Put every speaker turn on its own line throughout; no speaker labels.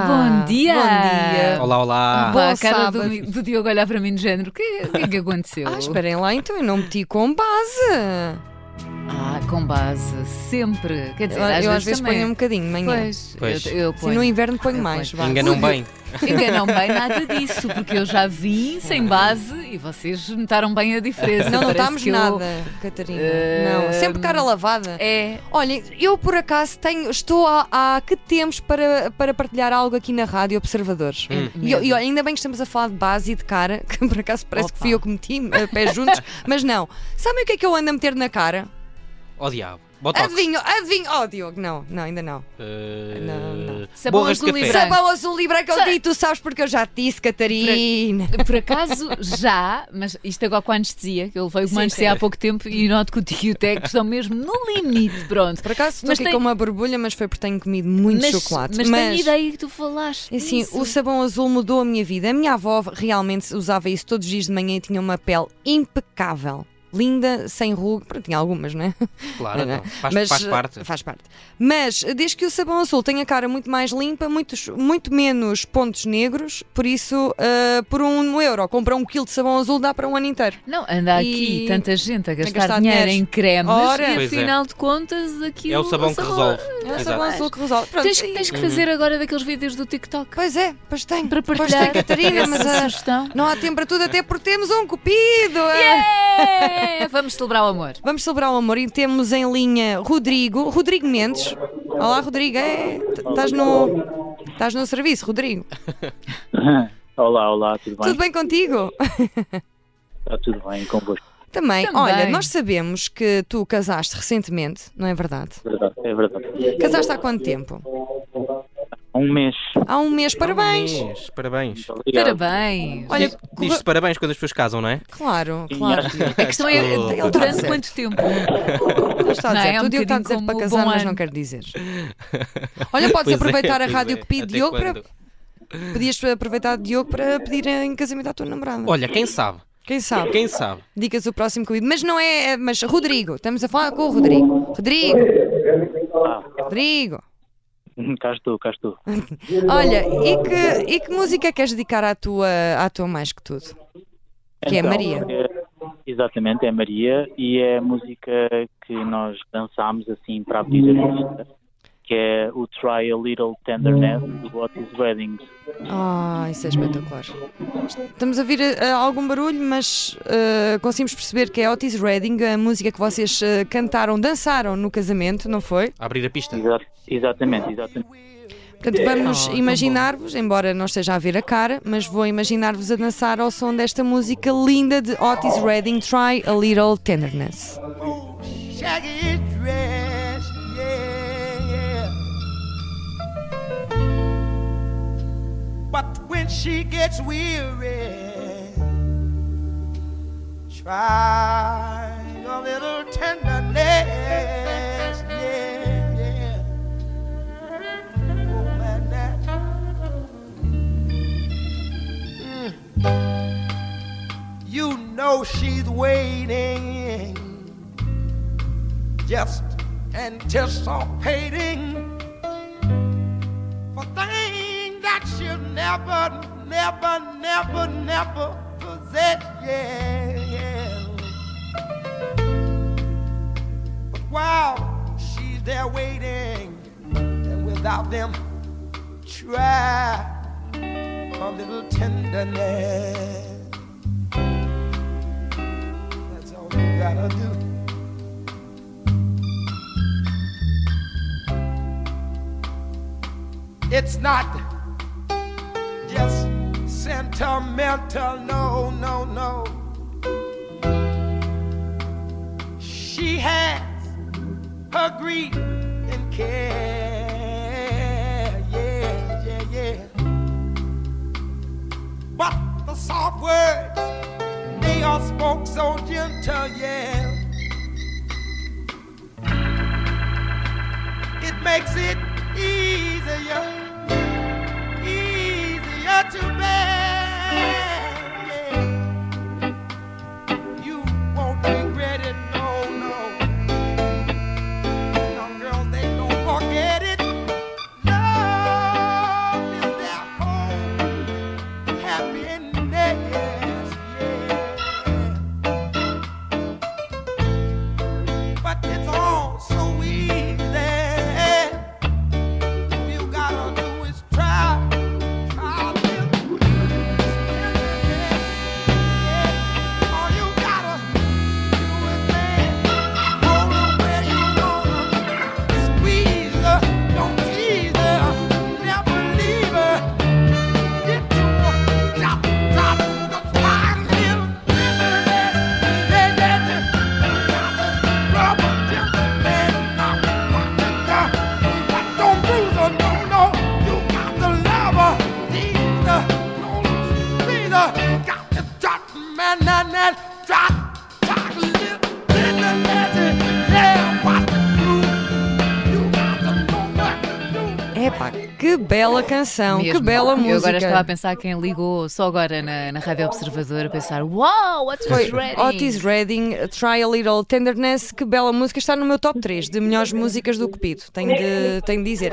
dia!
Bom dia.
Olá, olá.
Pá, a
Bom
Ah, cara
sábado.
do, do Diogo olhar para mim de género. O que, o que é que aconteceu?
Ah, esperem lá, então eu não meti com base.
Ah, com base, sempre. Quer dizer,
Eu,
às
eu
vezes,
às vezes
também.
ponho um bocadinho de manhã.
Pois,
Pois.
eu, eu
Se no
ponho.
inverno ponho
Eu
mais.
ponho.
vá.
Enganam bem.
Enganam bem nada disso, porque eu já vim sem base e vocês notaram bem a diferença.
Não
Parece
notámos
que eu-
nada, Catarina.
Eh,
Não, sempre cara lavada.
É,
Olhem, eu por acaso tenho, estou há, há que tempos para, para partilhar algo aqui na Rádio Observadores. E, e olha, ainda bem que estamos a falar de base e de cara, que por acaso parece que
Opa.
fui eu que meti a pés juntos, mas não. Sabem o que é que eu ando a meter na cara?
Ó diabo. Botox.
Adivinho, adivinho. Oh, Diogo, não, não, ainda não.
Eh,
Não, não.
Sabão
borras de
azul e
café.
branco.
Sabão azul e branco, eu digo, tu sabes porque eu já te disse, Catarina.
por acaso já, mas isto agora com a anestesia, que eu levei
Sim,
uma anestesia há pouco tempo e noto que o tio e o Teco estão mesmo no limite, pronto.
Por acaso estou
Mas
aqui
tem-
com uma borbulha, mas foi porque tenho comido muito
mas,
chocolate. é
Mas, tenho ideia que tu falaste.
Assim,
nisso.
o sabão azul mudou a minha vida. A minha avó realmente usava isso todos os dias de manhã e tinha uma pele impecável. Linda, sem ruga, pronto, tinha algumas, né?
Claro,
Não,
então. Faz,
Mas,
faz parte.
eh, Faz parte. Mas eh, desde que o sabão azul tem a cara muito mais limpa, muitos, muito menos pontos negros, por isso, eh, por um euro, comprar um quilo de sabão azul dá para um ano inteiro.
Não, anda
E-
aqui tanta gente a gastar,
gastar
dinheiro,
dinheiros.
em cremes
Ora.
e
Pois é.
afinal de contas aquilo
É o sabão que resolve. Uhum.
É o
Exato.
sabão azul que resolve. Pronto,
Tens,
e-
tens que fazer agora daqueles vídeos do TikTok
Pois é, pois tem.
para
Pois tem,
partilhar.
Catarina,
essa
mas ah,
sugestão.
não há tempo para tudo, até porque temos um cupido. ah.
É, Vamos celebrar o amor.
Vamos celebrar o amor e temos em linha Rodrigo, Rodrigo Mendes. Olá, Rodrigo. É, t- Estás no, estás no serviço, Rodrigo.
Olá, olá, tudo bem?
Tudo bem contigo?
Está tudo bem convosco,
Também.
Também.
Olha, nós sabemos que tu casaste recentemente, não é verdade?
é verdade, é verdade.
Casaste há quanto tempo?
Há um mês.
Há um mês. Parabéns.
Parabéns. Parabéns.
Obrigado.
Parabéns.
Olha,
Diz-
corre-
Diz-se parabéns quando as pessoas casam, não é?
claro,
Sim,
claro.
acho que-
A questão é
Desculpa.
ele durante quanto tempo?
Não está a
Não,
dizer.
é um
tu Diogo está a
bocadinho
dizer
como um
para
o
casar,
bom
mas
ano.
não quer dizer. Olha, podes
Pois é,
aproveitar a
pois
rádio
é.
que pedi,
Até
Diogo, para,
quando?
podias aproveitar Diogo para pedir em casamento à tua namorada.
Olha, quem sabe?
Quem sabe?
Quem sabe?
Dicas do próximo convido. Mas não é. é- Mas Rodrigo, estamos a falar com o Rodrigo. Rodrigo,
Ah,
Rodrigo.
cá estou, cá estou.
Olha, e que, e que música queres dedicar à tua, à tua mais que tudo? Que é Maria.
é- exatamente, é Maria e é a música que nós dançámos assim para abrir a música, que é o Try a Little Tenderness do Otis Redding.
Ah, isso é espetacular. Estamos a ouvir ah, algum barulho, mas ah, conseguimos perceber que é Otis Redding, a música que vocês ah, cantaram, dançaram no casamento, não foi?
Abrir a pista.
Exa- exatamente, exatamente.
Portanto, vamos
É, tão bom.
imaginar-vos, embora não esteja a ver a cara, mas vou imaginar-vos a dançar ao som desta música linda de Otis Redding, Try a Little Tenderness.
shaggy dress, yeah, yeah. But when she gets weary, try a little tenderness, yeah, yeah. Oh, man, that- Mm. You know she's waiting just anticipating for things that she'll never, never, never, never possess. Yeah, yeah. But while she's there waiting, and without them, try a little tenderness. That's all you gotta do. It's not just sentimental, no, no, no. She has her grief and care, yeah, yeah, yeah. But the soft words, they are spoke so gentle, yeah. It makes it easier, easier to bear. Yeah. You won't regret it, no, no. Some girls they don't forget it. Love is their whole that drop chocolate visibility. Yeah, what to do? You got to know what to do.
Epá, que bela canção,
Mesmo.
que bela
eu
música.
agora estava a pensar quem ligou só agora na, na Rádio Observador a pensar: Uau, what's
Foi
this ready?
Otis Redding, Try a Little Tenderness, que bela música, está no meu top 3 de melhores músicas do Cupido, tenho de, tenho de dizer.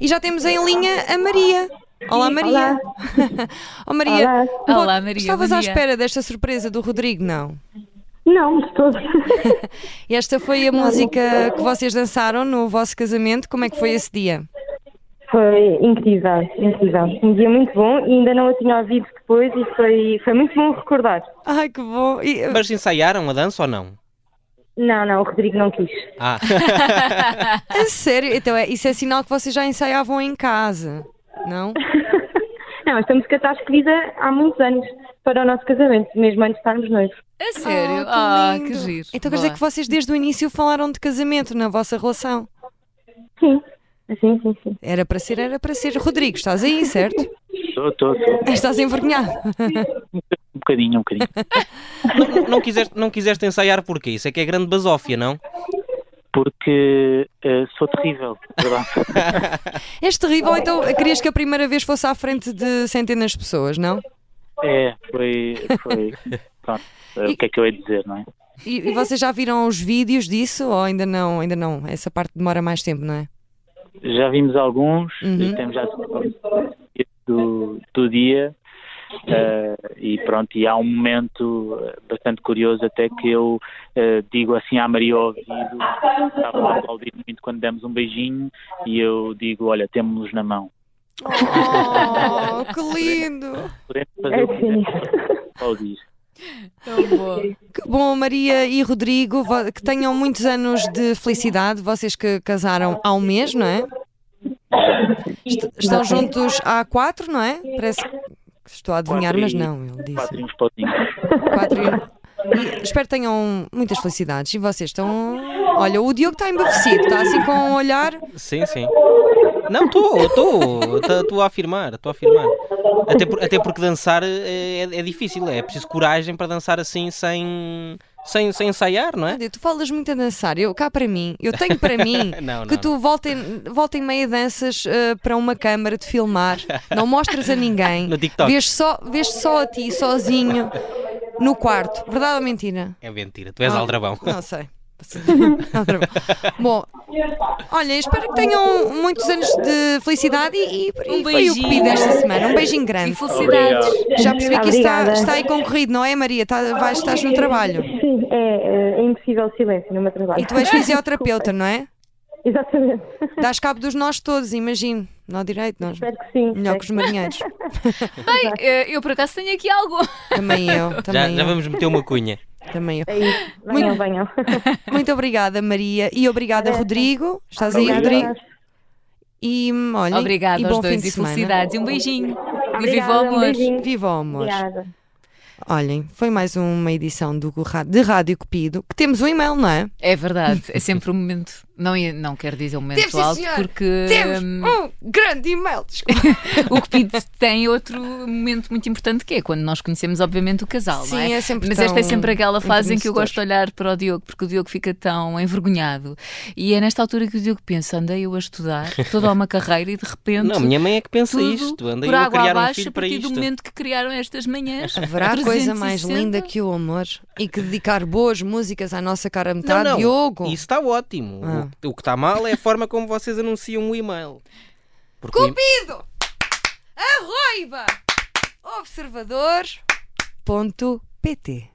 E já temos em linha a Maria. Olá Maria. oh, Maria.
Olá.
bom,
Olá, Maria,
Estavas
bom
à
dia.
espera desta surpresa do Rodrigo, não?
Não, de todo.
Esta foi a música que vocês dançaram no vosso casamento. Como é que foi esse dia?
foi incrível, incrível. Um dia muito bom e ainda não a tinha ouvido depois e foi, foi muito bom recordar.
Ai, que bom. E,
Mas ensaiaram a dança ou não?
Não, não, o Rodrigo não quis.
Ah,
a sério? Então, é, isso é sinal que vocês já ensaiavam em casa, não?
Não, estamos com a Tasca Vida há muitos anos para o nosso casamento, mesmo antes de estarmos noivos.
A sério?
Ah,
Ah, que,
lindo.
giro.
Então quer dizer
Boa.
que vocês desde o início falaram de casamento na vossa relação.
Sim, sim, sim, sim.
Era para ser, era para ser. Rodrigo, estás aí, certo?
Estou, estou, estou.
Estás envergonhado.
Um bocadinho, um bocadinho.
não, não quiseste, não quiseste ensaiar porquê? Isso é que é grande basófia, não?
Porque eh, sou terrível, verdade.
És terrível, então querias que a primeira vez fosse à frente de centenas de pessoas, não?
É, foi. foi pronto, eh, o que é que eu ia dizer, não é?
E, e vocês já viram os vídeos disso ou ainda não? Ainda não. Essa parte demora mais tempo, não é?
Já vimos alguns, eh,
Uhum.
temos já do, do dia eh, e pronto, e há um momento eh, bastante curioso até que eu eh, digo assim à Maria ao ouvido, estava lá o Claudino muito quando demos um beijinho e eu digo, olha, temos-nos na mão.
Oh, que lindo!
Podemos fazer
É
o que
sim.
quisermos, Paulo diz.
Tão bom.
Que bom, Maria e Rodrigo, vo- que tenham muitos anos de felicidade, vocês que casaram há um mês, não é? Est- Estão juntos há quatro, não é? Parece que estou a adivinhar,
Quatro e-
mas não, ele disse.
Quatro e uns pauzinhos.
Quatro e... E espero que tenham muitas felicidades. E vocês estão. Olha, o Diogo está embevecido, está assim com um olhar.
Sim, sim. Não, estou, estou. Estou a afirmar, estou a afirmar. Até, por- até porque dançar é, é- é difícil, é preciso coragem para dançar assim sem, sem, sem ensaiar, não é?
Olha, tu falas muito a dançar. Eu, cá para mim, eu tenho para mim
Não,
que
não,
tu voltem, voltem meia danças eh, para uma câmara de filmar, não mostras a ninguém.
No TikTok.
Vês só, vês só a ti, sozinho, no quarto. Verdade ou mentira?
É mentira, tu és
Ah,
aldrabão.
Não sei. Aldrabão. Bom, olha, espero que tenham muitos anos de felicidade e, e,
Um
e foi o que
beijinho.
pedi esta semana. Um beijinho
E
grande.
felicidades.
Já percebi que isso está,
Obrigada.
está aí concorrido, não é, Maria? Tá, vais, estás no trabalho.
Sim, é, é impossível o silêncio no meu trabalho.
E tu és fisioterapeuta, não é?
Exatamente.
Dás cabo dos nós todos, imagino. Não direito, nós.
Espero que sim.
Melhor que os marinheiros.
Bem, eh, eu por acaso tenho aqui algo.
Também eu,
Já,
também
já
eu,
vamos meter uma cunha.
também eu.
É isso. Venham, venham.
Muito obrigada, Maria. E obrigada, Rodrigo. Estás aí,
Obrigada.
Rodrigo? E hum, olha,
Obrigada
e bom
aos
fim
dois
de
e
semana.
felicidades. E um beijinho. e viva o
Obrigada, um
amor.
beijinho.
Viva o amor.
Obrigada.
Olhem, foi mais uma edição do, Ra- de Rádio Cupido, que temos um e-mail, não é?
É verdade, é sempre um momento. Não, ia- não quero dizer um momento
Temos, sim,
alto,
senhora.
porque hum,
um grande e-mail, desculpa.
o Cupido tem outro momento muito importante que é quando nós conhecemos, obviamente, o casal. não
Sim,
é?
é sempre
Mas esta é
tão
sempre aquela fase em que eu
enternecedor.
gosto de olhar para o Diogo, porque o Diogo fica tão envergonhado. E é nesta altura que o Diogo pensa: andei eu a estudar toda uma carreira e de repente.
Não, minha mãe é que pensa
tudo
isto. Andei
por
eu a
água
criar um
abaixo
filho
a
para
partir do
isto.
momento que criaram estas manhãs.
Haverá coisa mais
360?
linda que o amor e que dedicar boas músicas à nossa cara metade,
Tá, não,
Diogo.
Isso está ótimo. O-
Ah.
O, que está mal é a forma como vocês anunciam o e-mail. Porque o e-
Cupido! Arroiba! Observador.pt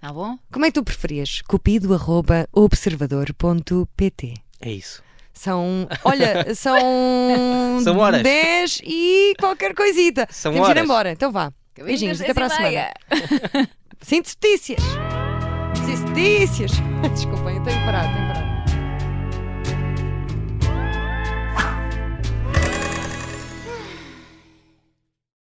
Tá bom?
Como é que tu preferias? Cupido.observador.pt
É isso.
São, olha, são,
São horas.
10 e qualquer coisita.
São
Temos de ir
horas.
embora. Então vá. Beijinhos,
assim
até para a semana. Sinto notícias. Sinto notícias. Desculpem, eu tenho que parar, tenho que parar.